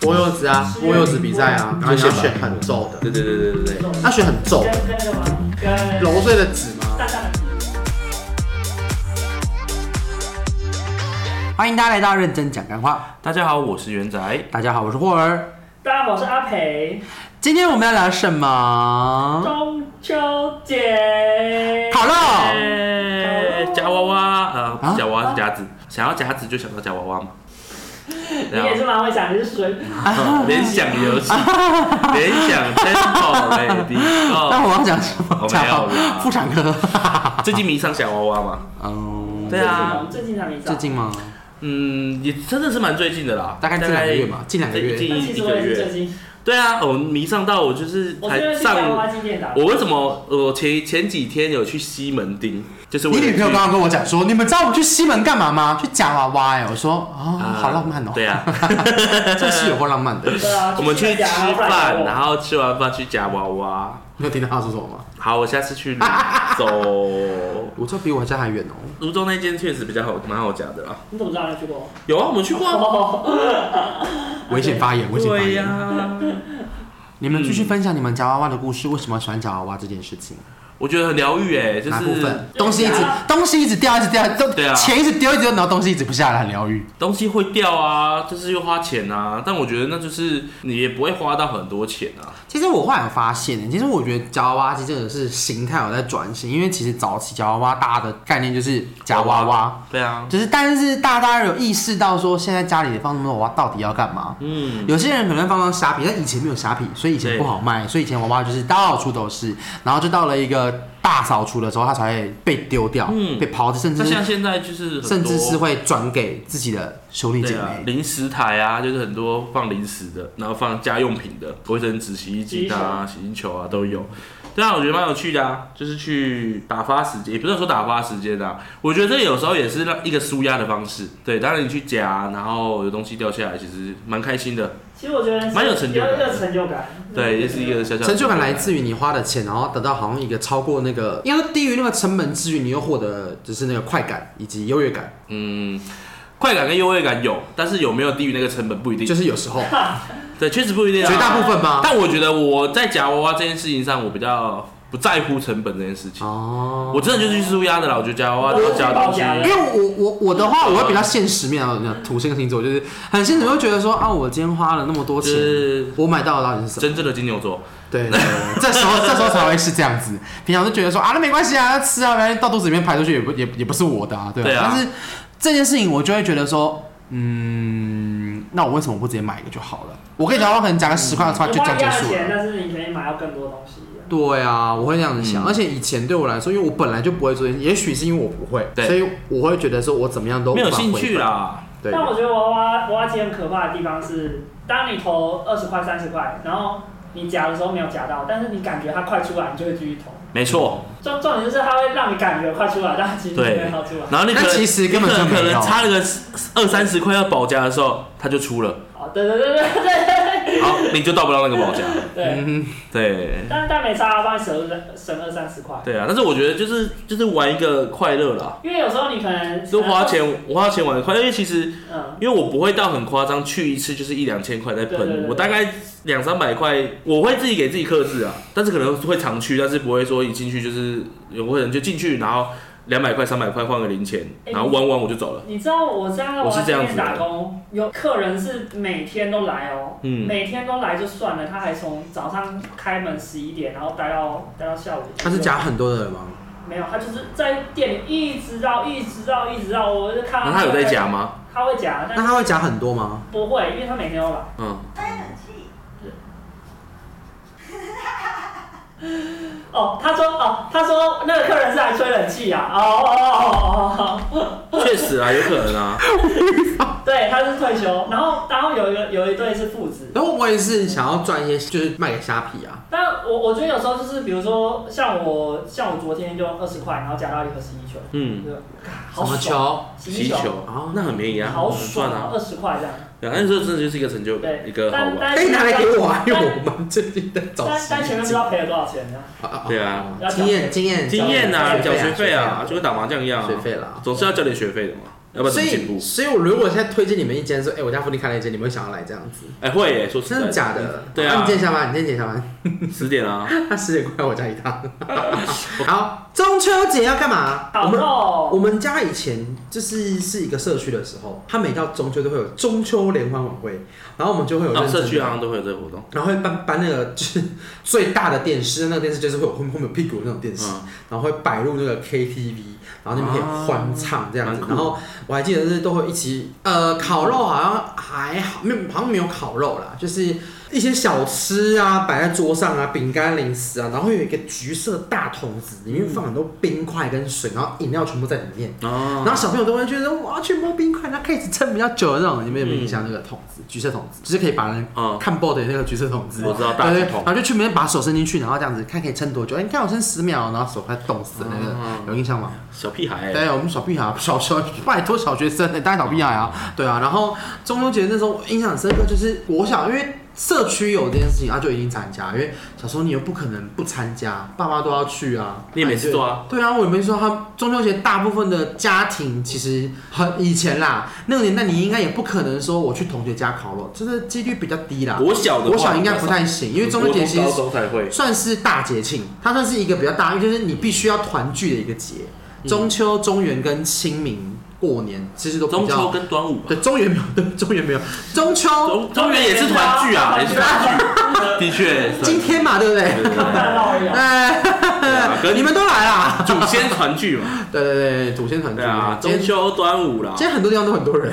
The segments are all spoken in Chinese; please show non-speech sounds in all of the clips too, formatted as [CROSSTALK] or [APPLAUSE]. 剥柚子啊，剥柚子比赛啊，嗯然后你要选很皱的，对对对对对对。要选很皱跟的，跟那个吗？跟揉碎的纸吗？大大的欢迎大家来到认真讲干话。大家好，我是元仔。大家好，我是霍儿。大家好，我是阿培。今天我们要聊什么？中秋节，烤肉夹娃娃，呃，不啊是夹娃娃是夹子，想要夹子就想到夹娃 [LAUGHS] 娃嘛。你也是蛮会想，你是水 [LAUGHS] 后哦联想游戏，联想 Temple Lady 那哦，我要讲什么？我没有啦妇产科。哦最近迷上夹娃娃嘛？嗯，对啊，最近才没找最近吗？嗯，也真的是蛮最近的啦，大概近两个月吧近两个月近但一其实个我也是最月。近，对啊，我迷上到我就是我最近才去娃上娃机店打工。我为什么我前前几天有去西门町，就是为你了女朋友去刚刚跟我讲说，你们知道我们去西门干嘛吗？去夹娃娃哎、我说哦，啊好浪漫哦、对啊，这是有够浪漫的。对啊，我们去吃饭，然后后吃完饭去夹娃娃。你有听到他说什么吗？。好，我下次去泸州我这比我家还远哦、 [LAUGHS] 泸州那间确实比较好，蛮好夹的啦。你怎么知道你去过？ [LAUGHS] 有啊，我们去过啊。危险发言，危险发对言。呀、嗯你们继续分享你们夹娃娃的故事，为什么喜欢夹娃娃这件事情？我觉得很疗愈哎，就哪是啊部分？东西一直东西一直掉，一直掉，都对啊钱一直丢，一直丢，然后东西一直不下来，很疗愈。东西会掉啊，就是又花钱啊，但我觉得那就是你也不会花到很多钱啊。其实我后来有发现，其实我觉得夹娃娃机这个是形态有在转型，因为其实早期夹娃娃大家的概念就是夹娃娃，对啊，就是但是大家有意识到说现在家里放那么多娃娃到底要干嘛？嗯，有些人可能放到虾皮，但以前没有虾皮，所以以前对不好卖，所以以前娃娃就是到处都是，然后就到了一个大扫除的时候，它才会被丢掉、嗯被抛弃，甚至那是像现在就是很多甚至是会转给自己的兄弟姐对妹。啊，零食台啊，就是很多放零食的，然后放家用品的，卫生纸、洗衣机啊、洗衣球啊都有。对啊，我觉得蛮有趣的啊，就是去打发时间，也不是说打发时间啊，我觉得这有时候也是让一个舒压的方式。对，当然你去夹，然后有东西掉下来，其实蛮开心的。其实我觉得蛮有成就感有有成就感。对，也是一个小小的嗯成就感来自于你花的钱，然后得到好像一个超过那个，应该说低于那个成本之余，你又获得只是那个快感以及优越感，嗯，快感跟优越感有，但是有没有低于那个成本不一定。就是有时候对，确实不一定、啊。绝大部分吧。但我觉得我在夹娃娃这件事情上，我比较不在乎成本这件事情。哦，我真的就是去舒压的啦，我就夹娃娃，然后夹东西。因为我我我的话，我会比较现实面啊，土星星座就是很现实，我会觉得说啊，我今天花了那么多就钱，是我买到的到底是什么？真正的金牛座，对，对对这 [LAUGHS] 时候这时候才会是这样子。平常就觉得说啊，那没关系啊，那吃啊，反正到肚子里面排出去也不也也不是我的啊，对吧？对啊但是这件事情我就会觉得说，嗯，那我为什么不直接买一个就好了？我跟你讲，我可能讲个十块二十块嗯你就花就一结样的束啊钱，了。但是你可以买到更多东西。对啊，我会这样子想，嗯而且以前对我来说，因为我本来就不会做这件事，也许是因为我不会，对所以我会觉得说我怎么样都无没法有兴回趣啦。对，但我觉得娃娃娃娃机很可怕的地方是，当你投二十块、三十块，然后你夹的时候没有夹到，但是你感觉它快出来，你就会继续投。没错，重重点就是它会让你感觉快出来，但它其实没有出来。然后你可那能其实根本就你可能没可有能差了个二三十块要保价的时候，它就出了，哦，对对对对对好，你就到不到那个保价。对。嗯，对，但但没差，帮你省二省二三十块，对啊，但是我觉得就是就是玩一个快乐啦，因为有时候你可能就花，钱我花钱玩的快乐，因为其实嗯，因为我不会到很夸张，去一次就是一两千块在对对对喷，对我大概两三百块，我会自己给自己克制啊，但是可能会常去，但是不会说一进去就是有可能就进去，然后两百块三百块换个零钱，哎然后玩玩我就走了。你知道我在那个我娃是娃这样子店的打工，有客人是每天都来哦，嗯每天都来就算了，他还从早上开门十一点，然后待到待到下午。他是夹很多的人吗？没有，他就是在店里一直绕，一直绕，一直绕。我就看那他有在夹，吗？他会夹，那但他会夹很多吗？不会，因为他每天都来。嗯，哦，他说哦，他说那个客人是来吹冷气啊，哦哦哦哦哦确实啊，有可能啊。哦，对，他是退休，然后然后有一个有一对是父子，然后我也是想要赚一些，就是卖给虾皮啊。但我我觉得有时候就是比如说像我像我昨天就二十块，然后夹到一个洗衣球，嗯，对，好什么爽，球？洗洗衣球，球啊，那很便宜啊，好很爽赚啊。二十块这样，对啊，那时候真的就是一个成就感，对，一个好但玩。但可以拿来给我啊，因但为我们最近在找但但前面不知道赔了多少钱呢？对啊要缴经验经验经验啊，缴缴学费啊学费啊，就跟打麻将一样学啊，费啦。总是要交点学费的嘛。要不然所怎么进以，步？所以我如果现在推荐你们一间，说，哎、我家附近开了一间，你们会想要来这样子？哎、会耶，说实在真的假的？对那啊你今，天下班，你今天几点下班？ [LAUGHS] 十点啊，他十点过来我家一 [LAUGHS] 趟。好，中秋节要干嘛？我烤们我肉，们家以前就是是一个社区的时候，他每到中秋都会有中秋联欢晚会，然后我们就会有然后认真哦社区啊好像都会有这个活动。然后会搬搬那个就是最大的电视，那个电视就是会有后面后面有屁股的那种电视，嗯然后会摆入那个 KTV，然后那边可以欢唱这样子。啊蛮酷然后我还记得是都会一起，呃，烤肉好像还好，没有好像没有烤肉啦，就是一些小吃啊摆在桌上啊，饼干零食啊，然后有一个橘色大桶子，里面放很多冰块跟水，然后饮料全部在里面。哦，然后小朋友都会觉得我要去摸冰块，那可以撑比较久的那种，你们有没有印象那个桶子，橘色桶子，就是可以把人嗯看爆的那个橘色桶子，我知道哦大对桶对然后就去里面把手伸进去，然后这样子看可以撑多久，哎，你看我撑十秒，然后手快冻死的那个，哦有印象吗？小屁孩欸耶，对对，我们小屁孩，小小拜托小学生， [LAUGHS] 大家小屁孩啊，对啊。然后中秋节那时候我印象很深刻，就是我想，因为社区有这件事情，他啊就已经参加，因为小时候你又不可能不参加，爸妈都要去啊，你也没事做啊。对啊，我也没说他中秋节大部分的家庭其实很以前啦，那个年代你应该也不可能说我去同学家烤肉，这个几率比较低啦。国小的啊话嗯国小应该不太行，因为中秋节其国实中高中才会。算是大节庆，它算是一个比较大，就是你必须要团聚的一个节。嗯中秋、中元跟清明、过年其实都比中秋较跟端午吧，对中元没有，对中元没有，中秋中哦中原也是团聚啊，也是团 [LAUGHS] 聚，的确。今天嘛，对不对？对对对看到有，哎，对啊跟你们都来啦！祖先团聚嘛， [LAUGHS] 对对对，祖先团聚对啊，今中天秋端午啦今，天很多地方都很多人。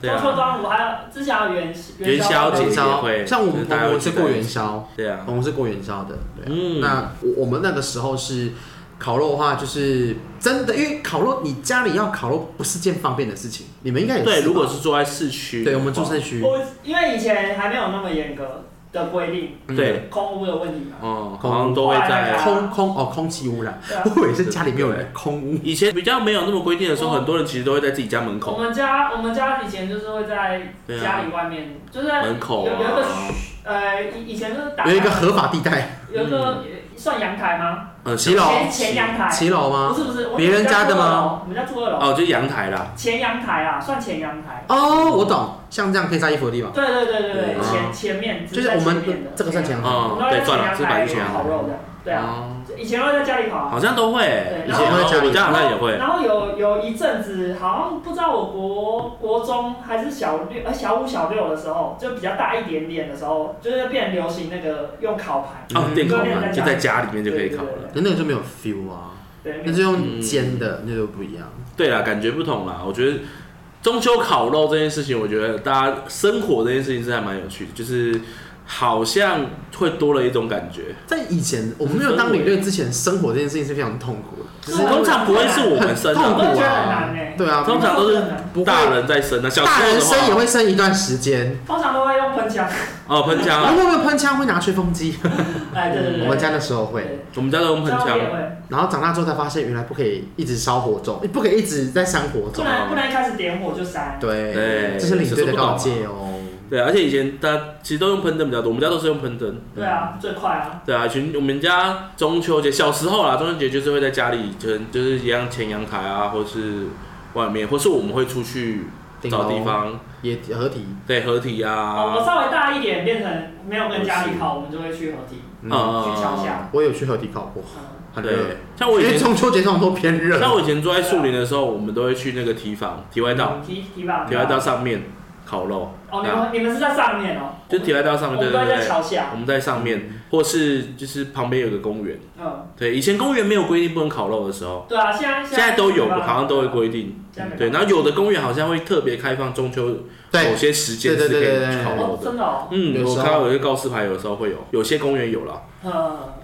对中秋啊，端午还有之前还有元元宵宵节元也宵会像我就是们大家我会们聚是在过一元起宵，对啊，我们是过元宵的。对啊嗯那我我们那个时候是烤肉的话，就是真的，因为烤肉你家里要烤肉不是件方便的事情，你们应该也是吧对，如果是住在市区的话，对我们住社区，我因为以前还没有那么严格的规定，对，空屋的问题嘛，哦，好像都会对在啊空空哦空气污染，对啊。我以为是家里没有人空污，以前比较没有那么规定的时候，哦很多人其实都会在自己家门我啊口，们家我们家以前就是会在对啊家里外面，就是在门口有有一个啊，呃以以前就是打有一个合法地带，有一个算阳台吗？呃，骑楼前前阳台骑楼不吗？是不是，我别人家的吗？我们家住二楼，哦，就阳台啦，前阳台啊，算前阳台。哦，我懂，像这样可以晒衣服的地方，对对对对对，对前前面就是我在前面的们这个算前行，哦，对，算了，这摆就前阳烤台，肉的，对啊，哦，以前会在家里烤啊。好像都会，对以然后前哦我家好像也会，然后有有一阵子，好像不知道我国国中还是小六，呃小五小六的时候，就比较大一点点的时候，就是变流行那个用烤盘，然后哦，电烤嗯盘就在家里面就可以烤了。那个就没有 feel 啊，对，那对是用煎的，嗯那就不一样。对啦，感觉不同啦。我觉得中秋烤肉这件事情，我觉得大家生火这件事情是还蛮有趣的，就是好像会多了一种感觉。在以前我们没有当领队之前，生活这件事情是非常痛苦的。是啊通常不会是我们生很我痛苦啊的，都觉得很难欸诶。对啊，通常都是大人在生的，啊小时候大的话人生也会生一段时间。通常都会用喷枪，哦，喷枪啊，如果没有喷枪，会拿吹风机。哎，对对对，我们家那时候会，我们家都用喷这样枪啊我也，会，然后长大之后才发现，原来不可以一直烧火种，不可以一直在生火不种。哦能不能一开始点火就删，对，啊对这是领队的啊告诫哦。对，而且以前大家其实都用喷灯比较多，我们家都是用喷灯。对嗯啊，最快啊，对啊，群我们家中秋节小时候啦，中秋节就是会在家里，就是就是一样前阳台啊，或是外面，或是我们会出去顶找地楼方，也合体，对，合体啊哦，我，稍微大一点变成没有跟家里烤，我们就会去合体，嗯，呃去桥下我有去合体烤过，嗯，很热对。，像我因以为前，中秋节通常都偏热。像我以前住在树林的时候，我们都会去那个提防提外道，提提吧，提外道上面烤肉，哦，你啊们你们是在上面哦，就提外道上我面，们对对都在对，桥下，我们在嗯上面，或是就是旁边有个公园，嗯，对，以前公园没有规定不能烤肉的时候，对啊，现在现在都有，没办法好像都会规定。现在没办法对，然后有的公园好像会特别开放中秋某对，些时间是可对对对对以对烤肉哦，的。真的哦，嗯，有我时候看到有些告示牌，有时候会有，有些公园有了。嗯，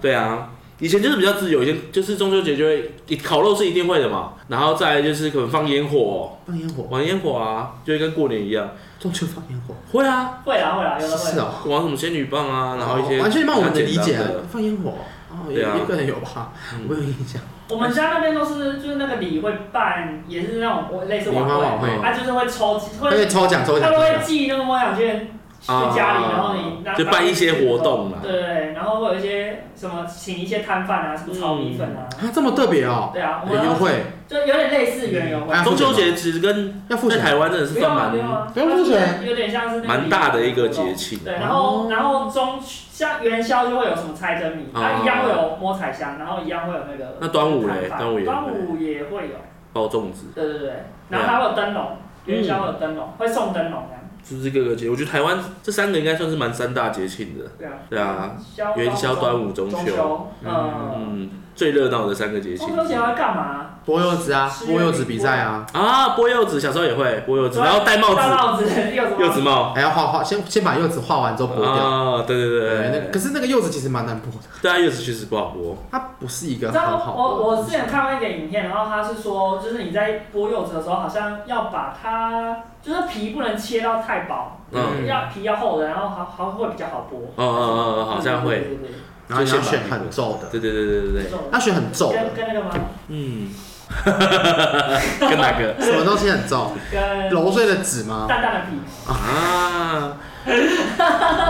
对啊，以前就是比较自由，以前就是中秋节就会烤肉是一定会的嘛，然后再来就是可能放烟火，放烟火，玩烟火啊，就会跟过年一样。中秋放烟火，会啊，会啦会啦，有的是会，哦。玩什么仙女棒啊，然后一些完全帮我们的的理解啊的，啊放烟火哦，对啊有一个人有吧嗯，我有印象。我们家那边都是就是那个礼会办，也是那种类似晚联欢晚嗯会，会他就是会抽而且会抽奖抽他奖都抽会奖，寄那个摸奖券去家啊里，然后你就办一些活。动啦。对对对，然后会有一些什么请一些摊贩啊，什么炒米粉啊，啊，这么特别哦，嗯对啊，我哎们很优惠。就有点类似原油啊会，中秋节其实跟要付在钱。台湾真的是不用算啊蛮不用啊，不用付钱有点像是那个蛮大的一个节庆。对，然后哦然后中像元宵就会有什么猜灯谜，哦它一样会有摸彩箱，然后一样会有那个。那端午嘞摊贩端午也啊端午也会有，包粽子，对对对，然后还会有灯笼，嗯元宵会有灯笼，会送灯笼这样，就是各个节，我觉得台湾这三个应该算是蛮三大节庆的。对啊。对啊，宵元宵、端午、中中秋，秋，嗯，嗯，最热闹的三个节庆中秋节要干嘛？剥柚子啊，剥柚子比赛啊，啊。剥柚子，小时候也会剥柚子，对啊然后戴帽戴子，帽 [LAUGHS] 子，柚子柚子帽。还要画画，先先把柚子画完之后剥哦掉。啊，对对对，对那对可是那个柚子其实蛮难剥的，对啊，柚子确实不好剥。它不是一个然很后好我剥我的东之西。前看过一个影片，然后他是说，就是你在剥柚子的时候，好像要把它，就是皮不能切到太薄，嗯，嗯要皮要厚的，然后好好会比较好剥。哦哦哦哦，好像会。对。对对然后你要就先把选很皱的，对对对对对对对，要选很皱跟的，跟那个吗？嗯，跟哪个什么东西很皱？跟揉碎的纸吗？淡淡的皮。啊？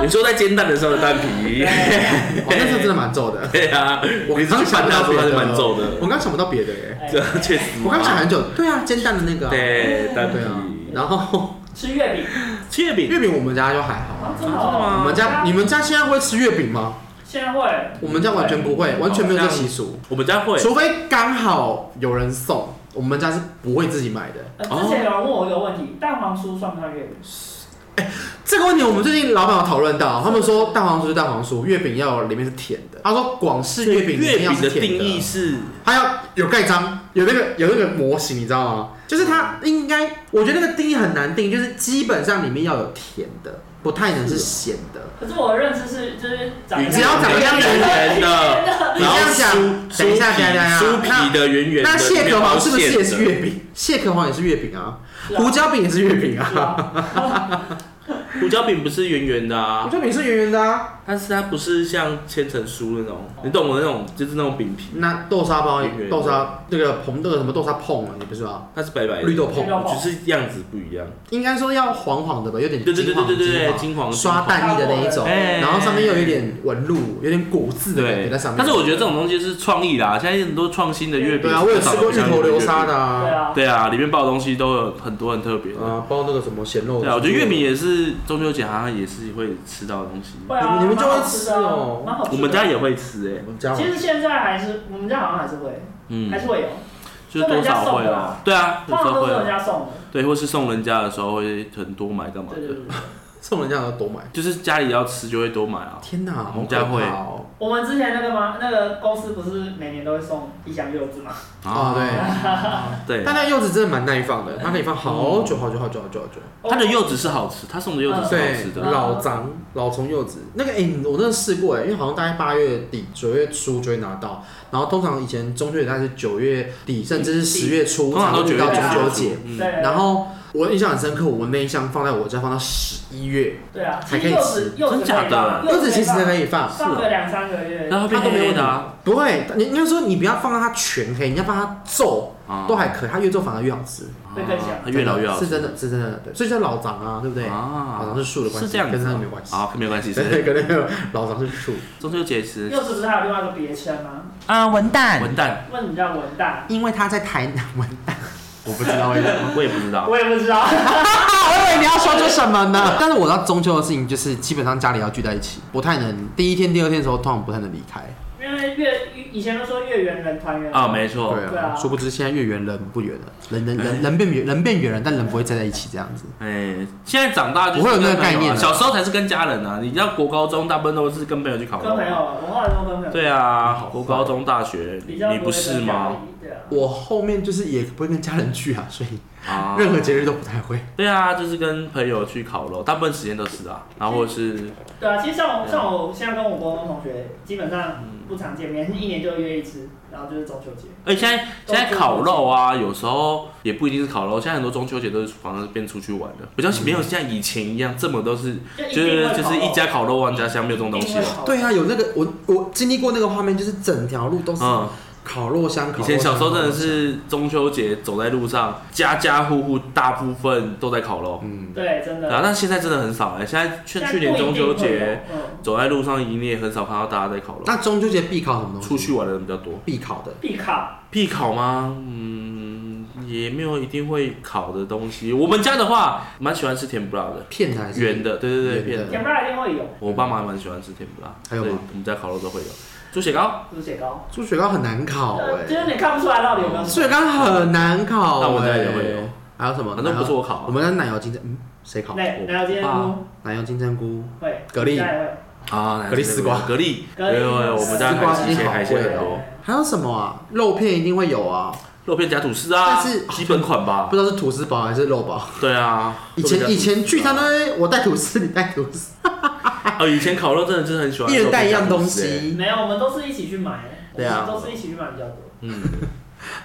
你说在煎蛋的时候的蛋皮对，哦，那时候真的蛮皱的。对啊，我刚想刚想到到别的说它是蛮皱的我，刚想不到别的耶，哎这确实嘛。我刚想很久。对啊，煎蛋的那个啊。对蛋对啊皮，，然后吃月饼，七月饼月饼我们家就还好。啊，真的真的哦吗我们家你们家现在会吃月饼吗？现在会我们家完全不会，完全没有这习俗，我们家会，除非刚好有人送。我们家是不会自己买的。呃之前有人问我一个问题，蛋黄酥算不算月饼？这个问题我们最近老板有讨论到，他们说蛋黄酥是蛋黄酥，月饼要里面是甜的。他说广式月饼里月面要饼是的甜定义的，是它要有盖章，有那个有那个模型，你知道吗？就是它应该，我觉得那个定义很难定，就是基本上里面要有甜的，不太能是咸的。可是我的认知是，就是长得只要长得像圆圆的，你然后这样讲酥等一下酥皮等一下酥那皮的圆圆的，那蟹壳黄是不是也是圆？月饼？蟹壳黄也是月饼啊，是啊胡椒饼也是月饼啊是，啊胡椒饼不是圆圆的啊胡，椒饼是圆圆的啊。但是它不是像千层酥那种，你懂我的那种，就是那种饼皮，那豆沙包圆圆、的豆沙那个红那个什么豆沙碰啊，你不是吧？它是白白绿的，豆碰绿，豆只是样子不一样。应该说要黄黄的吧，有点对对对金黄对对对对，金金黄黄刷蛋，蛋液的那一种，哎然后上面又有一点纹路，有点果字的感对觉在上，面。但是我觉得这种东西是创意啦，现在很多创新的月饼，对啊，我有吃过芋头流沙的对啊，啊，对啊，里面包的东西都有很多很特别的。啊，包那个什么咸肉。对啊，我觉得月饼。也是中秋节好像也是会吃到的东西，会啊，你们就会蛮好吃的啊吃哦蛮好吃的。我们家也会吃哎、我们家其实现在还是我们家好像还是会，还嗯，是会有，就是多都少会人家送的啦啊，对啊，有通时常候都会是人啊，家送的。对，或是送人家的时候会很多买干嘛对对的，对，对送人家的都买。就是家里要吃就会多买啊，天哪，好我们可家会怕哦！我们之前那个吗？那个公司不是每年都会送一箱柚子吗？啊，对，哦啊对，但那柚子真的蛮耐放的，它可以放好久好久好久好久好久。它的柚子是好吃，他送的柚子是嗯好对吃，的，老张老虫柚子那个，哎、我那个试过哎、因为好像大概八月底九月初就会拿到，然后通常以前中秋节大概是九月底，甚至是十月初通常都才会觉遇到得九月中秋初节。对，嗯，对然后我印象很深刻，我那一箱放在我家放到十一月，对啊，还可其实以柚吃子柚子真假的柚子其实可以以放放，放个两三个月，然后它它都变没有黑问的题啊，不会，你应该说你不要放到它全黑，你要放它皱啊都还可以，它越皱反而越好吃，会更香它越老越好吃，是真的是真的，对，所以叫老张啊，对不对？老啊张，是树的关系，是这样子跟它啊没关系，好，没关 [LAUGHS] 系，对，是跟那个老张是树。中秋节吃柚子不是还有另外一个别称吗？啊，文蛋文蛋，为什么叫文蛋？因为他在台南文蛋，我不知道为哎什么，我也不知道，我也不知道，我以为哎你要说出什么呢？但是我到中秋的事情就是基本上家里要聚在一起，不太能第一天、第二天的时候通常不太能离开。因为月以前都说月圆人团圆啊，没错，对对啊啊，殊不知现在越远人不远了，人啊人人人变远，人变远了，但人不会站在一起这样子。哎，现在长大就是不会有那个跟朋友概啊念啊小时候才是跟家人啊。你要国高中，大部分都是跟朋友去烤跟朋友肉。了，我后来都跟朋友，对啊，国高中、大学，比你较你会不是跟家吗？里？对啊，我后面就是也不会跟家人聚啊，所以啊，任何节日都不太会。对啊，就是跟朋友去烤肉，大部分时间都是啊，然后或者是对啊，其实像我像我现在跟我国中同学基本上嗯不常见面，一年就约一次，然后就是中秋节。而且哎现在现在烤肉啊，有时候也不一定是烤肉，现在很多中秋节都是反正变出去玩的，比较没有像以前一样这么都是，就嗯一就定是会就是烤一家烤肉万家香，没有这种东西了。了。对啊，有那个我我经历过那个画面，就是整条路都是嗯，烤肉香。烤以肉前小时候香真的，是中秋节走在路上，家家户户大部分都在烤肉，嗯，对，真的。然后但现在真的很少哎、现在去去年中秋节，嗯，走在路上，你也很少看到大家在烤肉，那中秋节必烤什么东西？出去玩的人比较多。必烤的必考必烤吗？嗯，也没有一定会烤的东西。我们家的话，蛮喜欢吃甜不辣的，片的还是圆的，对对对，圆的片的。甜不辣一定会有，我爸妈蛮喜欢吃甜不辣，还有吗所以我们家烤肉都会有猪血糕。猪血糕，猪血糕很难烤呃哎、就是你看不出来到底有没有猪血糕很难烤、欸。那我们家也会有，还有什么？反正不是我。我烤我们家奶油金针，嗯，谁烤？奶奶油煎啊菇奶油金针菇，会，蛤蜊应该也会啊啊，蛤蜊丝瓜蛤蜊，蛤蜊对对，对我们家丝瓜海已经鲜好海鲜贵很多，还有什么啊？肉片一定会有啊，肉片夹吐司啊，但是基本款吧不。知道是吐司包还是肉 [LAUGHS] 包。对啊，以肉前片夹吐司以前聚餐啊都会我带吐司，你带吐司，哦，以前烤肉真的就是很喜欢一人带一样东啊肉片夹吐司欸。西。没有，我们都是一起去买，对啊我们都是一起去买比较多。嗯，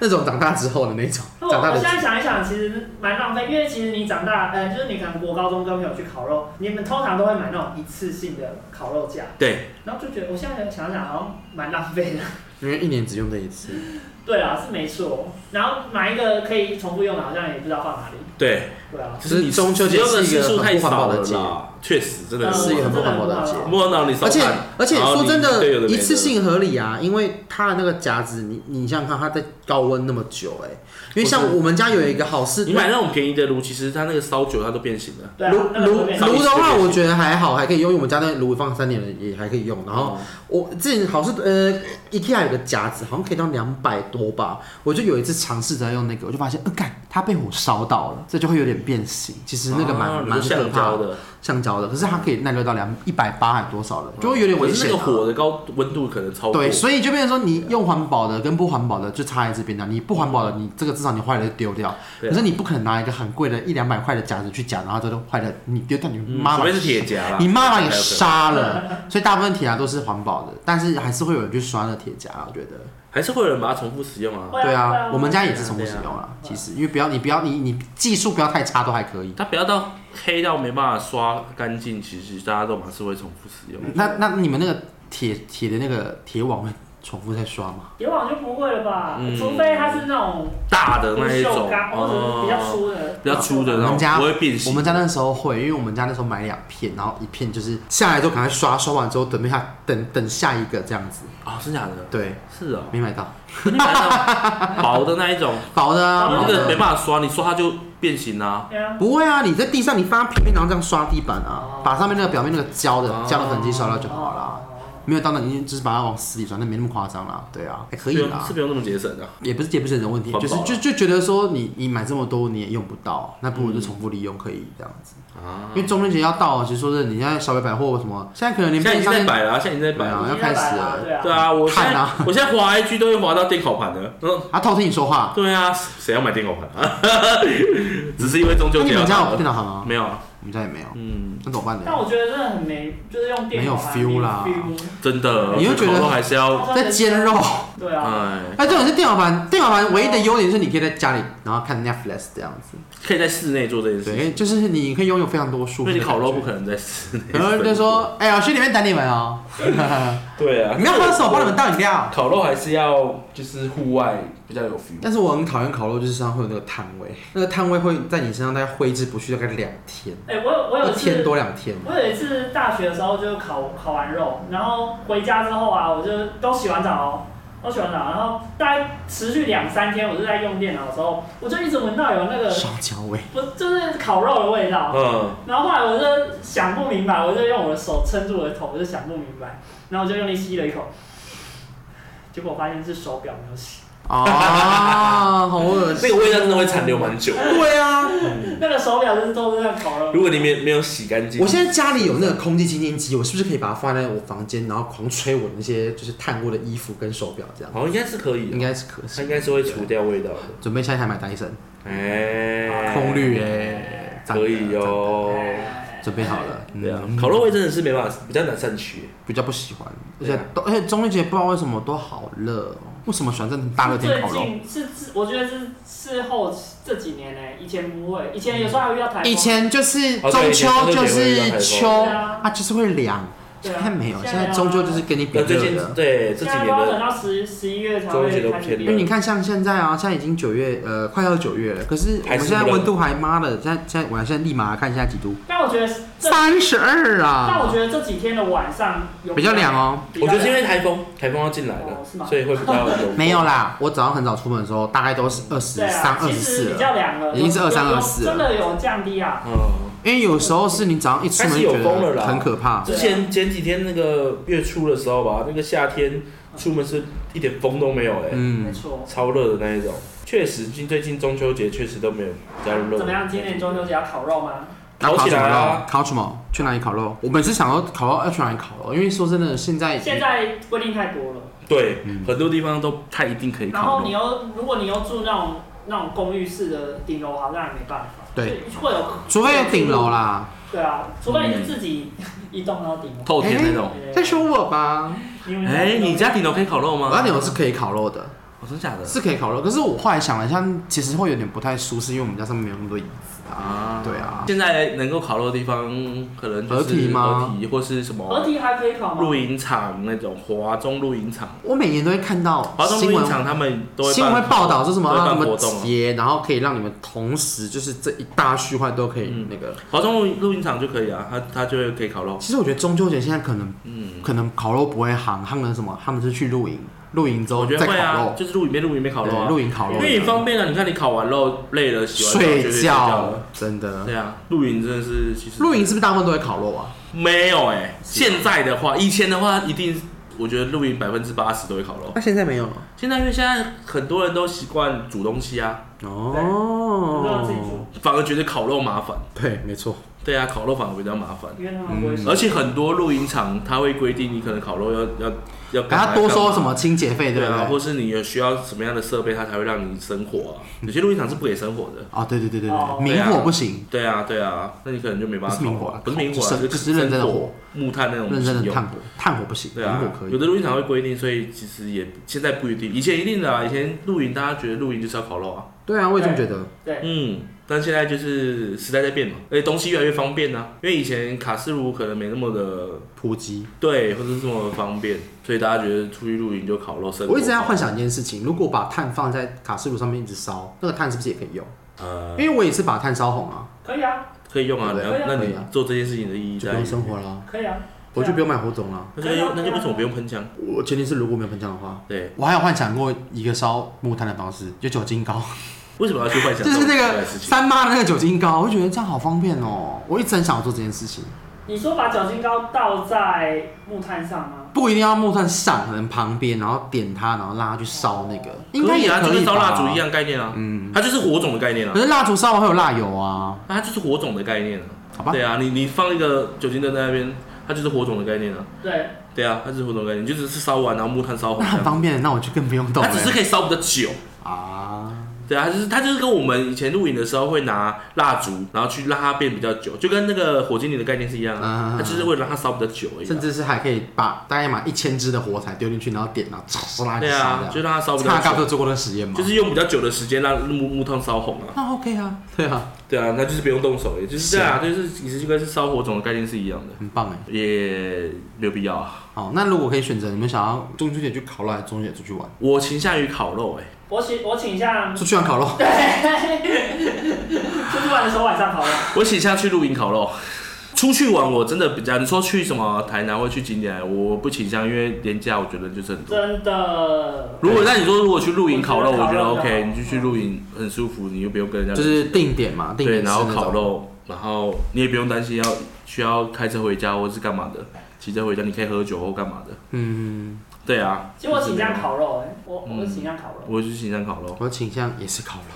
那种长大之后的那种，那长我大我的现在想一想，其实蛮浪费，因为其实你长大，呃，就是你可能国高中跟朋友去烤肉，你们通常都会买那种一次性的烤肉架，对，然后就觉得我现在想想好像蛮浪费的。 [LAUGHS] 因为一年只用这一次。对啊，是没错。然后买一个可以重复用的，好像也不知道放哪里。对，对啊，就是中秋节用的是一次个数很太不环少保了的节啦，确实真的嗯是一个很不环保的节嗯摸到你手而且汗，而且然后说你真对有的的，没一的次性合理啊，因为它的那个夹子，你你想想看，它在高温那么久、哎，因为我像我们家有一个好事，你买那种便宜的炉，其实它那个烧久它都变形了。对啊，炉那个炉会变上炉一的次话，就我行觉得还好，还可以用，因为我们家那炉放三年了，也还可以用。然哦后我之前好像是呃，IKEA 有个夹子，好像可以到两百多吧。我就有一次尝试着用那个，我就发现，呃，干，它被火烧到了，这就会有点变形。其实那个啊蛮你蛮说可橡怕胶，的，橡胶的，可是它可以耐热到两一百八还多少的，就会有点危可是险那个啊。火的高温度可能超过。对，所以就变成说，你用环保的跟不环保的就差在这边了。你不环保的，你这个至少你坏了就丢掉，对啊可是你不可能拿一个很贵的一两百块的夹子去夹，然后这都坏了，你丢掉你嗯妈除妈非是铁夹啦，你妈把才有你可能杀了，所以大部分铁夹都是环保的，但是还是会有人去刷那铁夹，我觉得。还是会有人把它重复使用啊。会对会啊，我们家也是对啊重复使用对啦，其实因为不要你不要你你技术不要太差都还可以。它不要到黑到没办法刷干净，其实大家都还是会重复使用。那那你们那个铁铁的那个铁网会重复再刷吗？以往就不会了吧？嗯除非它是那种大的那一锈种，钢，或者是比较哦粗的，比较粗的我那们种，家不会变形。我们家那时候会，因为我们家那时候买两片，然后一片就是下来之后赶快刷，刷完之后等一下等等下一个这样子。哦，真假的？对，是哦， [LAUGHS] 没买到你买那种薄的 [LAUGHS] 那一种，薄的啊，薄那薄个没的。办法刷，你刷它就变形啦、对啊，不会啊，你在地上你翻平面，然后这样刷地板哦，啊把上面那个表面那个胶的哦胶的痕迹刷掉就好啦。没有，当然，你就是把它往死里钻，那没那么夸张啦。对啊，还可以不用啦是，不用那么节省的、啊也不是节不节省的问题，环就保是啦就就觉得说你你买这么多你也用不到，那不嗯如就重复利用可以这样子。啊因为中秋节要到了，其实说真的，你现在小北百货什么，现在可能连现在便已利经商在店摆了、啊，现在已经在摆了、啊已经要开在摆始了了对啊，对啊，我现看在、啊 [LAUGHS] 我现在滑 IG 都会滑到电烤盘的。嗯他偷听你说话。对啊，谁要买电烤盘啊？ [LAUGHS] 只是因为中那秋你节要们家到有了电脑行吗？没有啊？我们家也没有，嗯，那怎么办但呢？我觉得真的很没，就是用电没有烤盘 feel 啦没有 feel 真的，你会觉得烤肉还是要，在煎肉，对啊，哎，哎，这种是电脑盘，电脑盘唯一哦的优点是你可以在家里，然后看 Netflix 这样子。可以在室内做这件事对，因情，为就是你可以拥有非常多舒因服。为你烤肉不可。能在室内。然后就，说，哎，我去里面等你们哦。对啊，你们要喝什么？我帮你们倒饮料。烤肉还是要就是户外比较有 feel。但是我很讨厌烤肉，就是身上会有那个炭味，那个炭味会在你身上大概挥之不去，大概两天，哎，我有我有一一次天多两天。我有一次大学的时候，就烤烤完肉，然后回家之后啊，我就都洗完澡哦，都洗完澡，然后大概持续两三天，我就在用电脑的时候，我就一直闻到有那个烧焦味，不就是烤肉的味道。嗯，然后后来我就想不明白，我就用我的手撑住我的头，我就想不明白，然后我就用力吸了一口，结果我发现是手表没有洗，呃啊，好恶那 [LAUGHS] 心。个味道真的会残留蛮久。对啊，那个手表就是都是在烤肉。嗯如果你没没有洗干净，我现在家里有那个空气清新机，我是不是可以把它放在我房间，然后狂吹我那些就是烫过的衣服跟手表这样？好像应该是可以应的，该是可它应以。该是会除掉味道的。准备下一台买戴森哎，啊空滤哎，赞的可以。哦。哎准备好了，对啊，嗯烤肉味真的是没办法，比较难散去。比较不喜欢，而对且啊都而且中秋节不知道为什么都好热哦，为什么喜欢这种大热天最烤肉？近是是，我觉得是事后这几年呢、以前不会，以前有时候还会遇到台风。以前就是哦中对以前秋中秋节就会遇到台是风秋对啊啊，就是会凉。对啊现在没有，现现在在终究就是给你那比最热近的。对现这几在年都要等的到十十一月才周期会都开偏始冷因为变。你看，像现在啊，现在已经九月，呃，快要九月了，可是我还们是现在不冷温度还妈的，现在现在我现在立马看现在几度，但我觉得这，三十二但我啊，觉得这几天的晚上有比较凉，哦。比较我觉凉得是因为台风，台风要进来了哦是，吗所以会比较 [LAUGHS] 有没有啦，我早上很早出门的时候，大概都是二对十三啊、，二其十实四比了，较凉了，已经是有23有24了真的有降低啊。嗯。因为有时候是你早上一出门就觉开始有风了得啦很可怕。之前前几天那个月初的时候吧，那个夏天出门是一点风都没有没哎、嗯，错。超热的那一种。确实，近最近中秋节确实都没有加入热。怎么样？今年中秋节要烤肉吗？那烤烤起什来么啊肉？烤什么？去哪里烤肉？我本是想要烤肉要去哪里烤肉，因为说真的，现在现在规定太多了，对，嗯很多地方都它一定可以然后烤你肉。又如果你又住那种那种公寓式的顶楼，好像也没办法。对，会有除非有顶楼。啦。对啊，除非你是自己一栋到顶楼。透天那种。对再说我吧，因为哎、你家顶楼可以烤肉吗？我那顶楼是可以烤肉的，哦，真假的？是可以烤肉。可是我后来想了一下，其实会有点不太舒适，因为我们家上面没有那么多椅子啊。啊对啊现在能够烤肉的地方，可能就合是体吗合体或是什合么体还可以烤吗？露营场那种华中露营场，我每年都会看到华中新露营闻，场他们都会新闻会办报道说什么都会啊办什么活动啊节，然后可以让你们同时就是这一大区块都可以嗯那个。华中露露营场就可以啊，他他就会可以烤肉。其实我觉得中秋节现在可能嗯，可能烤肉不会行，他们是什么？他们是去露营，露营之后我觉再得烤会啊，肉，就是露营边露营边烤肉对啊，露营烤肉因，为你方便啊。你看你烤完肉累了，洗完澡就可以睡睡觉觉了。，真的。对啊，露营真的是其实露营是不是大部分都会烤肉啊？没有哎、现在的话，以前的话一定，我觉得露营百分之八十都会烤肉。那现在没有了。现在因为现在很多人都习惯煮东西啊，不知道自己住哦，，反而觉得烤肉麻烦。对，没错。对啊，烤肉反而比较麻烦，因为他们不会嗯而且很多露营场它会规定你可能烤肉要要要给干嘛他多收干嘛什么清洁费，对对不啊，对？或是你有需要什么样的设备，它才会让你生火啊？有些录音场是不给生火的。哦，对对对对哦对，明火不行，对啊，对啊，那你可能就没办法不是明火啊不是明火啊，就是是就是认真的生火，木炭那种认真使的用炭火，炭火不行，对明火啊可，有以。的露营场会规定，所以其实也现在不一定，以前一定的啊，以前露营大家觉得露营就是要烤肉啊，对啊，我也这么觉得。对，嗯，但现在就是时代在变嘛，而且东西越来越方便啊，因为以前卡式炉可能没那么的普及。对，或者是这么方便，所以大家觉得出去露营就烤肉生火。我一直在幻想一件事情，如果把炭放在卡式炉上面一直烧，那个炭是不是也可以用？呃，因为我也是把炭烧红啊，可以啊，可以用啊，对你啊要那可你以啊做这件事情的意义就在不于用生火了啊，可以啊。我就不用买火种了。那就用那就为什么不用喷枪？我前提是如果没有喷枪的话，对，我还有幻想过一个烧木炭的方式，就酒精 [LAUGHS] 膏，为什么要去幻想？就是那个事情，三妈的那个酒精膏，我就觉得这样好方便哦。我一直很想要做这件事情，你说把酒精膏倒在木炭上吗？不一定要木炭上，可能旁边，然后点它，然后让它去烧那个，应该可以也啊，就可跟以吧烧蜡烛一。样概念啊，嗯，它就是火种的概念啊可，是蜡烛烧完会有蜡油啊，那它就是火种的概念啊，好吧？对啊，你你放一个酒精灯在那边，它就是火种的概念啊，对，对啊，它就是火种的概念，就只是烧完然后木炭烧那红这很欸样，方便，那我就更不用动它了只是可以烧比较久，啊。对啊，它就是它就是跟我们以前录影的时候会拿蜡烛，然后去让它变比较久，就跟那个火精灵的概念是一样啊，嗯它就是为了让它烧比较久而已啊，甚至是还可以把大概买一千支的火柴丢进去，然后点，然后唰啦就对烧啊，掉。就让它烧比较差高久，都做过那个实验吗？就是用比较久的时间让木木炭烧红啊。那 OK 啊，对啊，对啊，那就是不用动手，也就是是这样啊啊，就是其实就跟是烧火种的概念是一样的，很棒哎。也没有必要啊。好，那如果可以选择，你们想要中秋节去烤肉，还是中秋节出去玩？我倾向于烤肉、欸，我请我请向 [LAUGHS] 嗯出去玩烤肉，出去玩的时候晚上烤肉，我倾向去露营烤肉。出去玩我真的比较，你说去什么台南或去景点，我不倾向，因为廉价我觉得就是很多。真的。如果那你说如果去露营烤肉，我我觉觉得啊得烤肉比 OK，较好你就去露营很舒服，你又不用跟人家就是定点嘛，定嗯对，点然后吃那种烤，肉，然后你也不用担心要需要开车回家或是干嘛的，骑车回家你可以喝酒或干嘛的。嗯，对啊，其实我倾向烤肉、哎，我我嗯倾向烤肉。我就倾向烤肉。我倾向也是烤肉，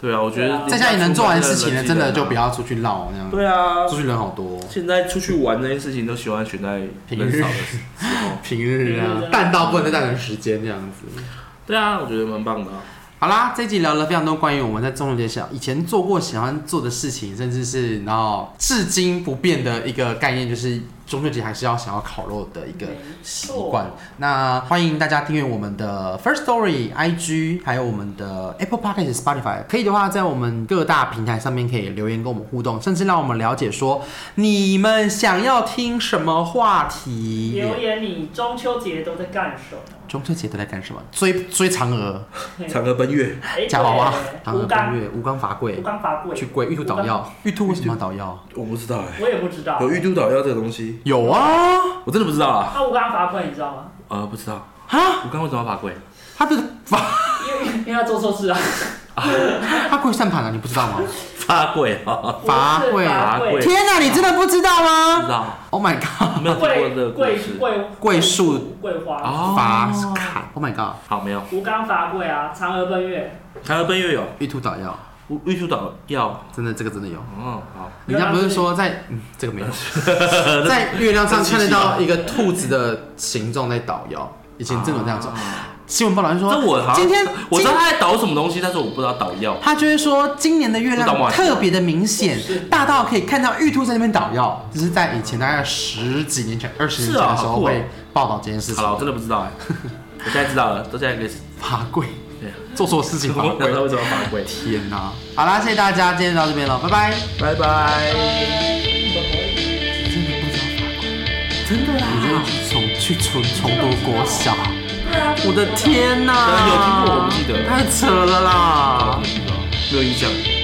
对啊，我觉对得啊在家里能做完事情的，真的就不要。要出去闹那样，对啊，出去人好多，现在出去玩这件事情都喜欢选在平人日少的时候。 [LAUGHS] 平日平日真啊的，淡到不能再淡的时间这样子。对啊，我觉得蛮棒的啊、好啦，这一集聊了非常多关于我们在中秋节小以前做过喜欢做的事情，甚至是然后至今不变的一个概念，就是中秋节还是要想要烤肉的一个习惯。那欢迎大家订阅我们的 First Story IG，还有我们的 Apple Podcast、Spotify。可以的话，在我们各大平台上面可以留言跟我们互动，甚至让我们了解说你们想要听什么话题。留言你中秋节都在干什么？中秋节都在干什么？追追嫦娥、嫦娥奔月，哎夹娃娃、对 [LAUGHS] 嫦吴娥刚奔月、吴刚伐吴桂、刚伐桂去，桂、玉兔捣药。玉兔为什么要捣药？我不知道哎、我也不知道。有玉都岛药这个东西，有啊，我真的不知道啊。那吴刚伐桂你知道吗？呃，不知道，哈，我刚为什么要罚 [LAUGHS] 跪？他的法，因为因为他做错事啊。 [LAUGHS] 他跪算盘了，啊你不知道吗？罚跪啊？伐不桂是伐伐桂天哪，你真的不知道不知吗道， ？Oh my god， [LAUGHS] 没有听过这个桂 [LAUGHS] 故桂桂桂事。树啊桂花。哦，伐是砍，Oh my god，好没有。吴刚伐桂啊，嫦娥奔月。嫦娥奔月有玉兔捣药，玉都岛药，真的这个真的有。哦，好，人家不是说在嗯这 [LAUGHS] 个没有，在月亮上看得到一个兔子的形状在捣药，以前真的有这样做。新闻报道就说，但啊我好像今天哦我知道今他在捣什么东西，但是我不知道捣药。他就会说，今年的月不懂亮吗特别的明显，大到可以看到玉兔在那边捣药。这是在以前大概十几年前、二十年前的时是啊好候酷哦会报道这件事好了，我情。真的不知道哎，我现在知道了，到现在可以。罚跪对，做错事情罚 [LAUGHS] 我想知道跪。为什么罚跪。天哪、好啦，谢谢大家，今天就到这边了，拜拜。拜拜。真的不知道罚跪，真的啦！我就重去重重读国啊小，对啊我的天哪、可能有听过我不记得太扯了啦！没有印象。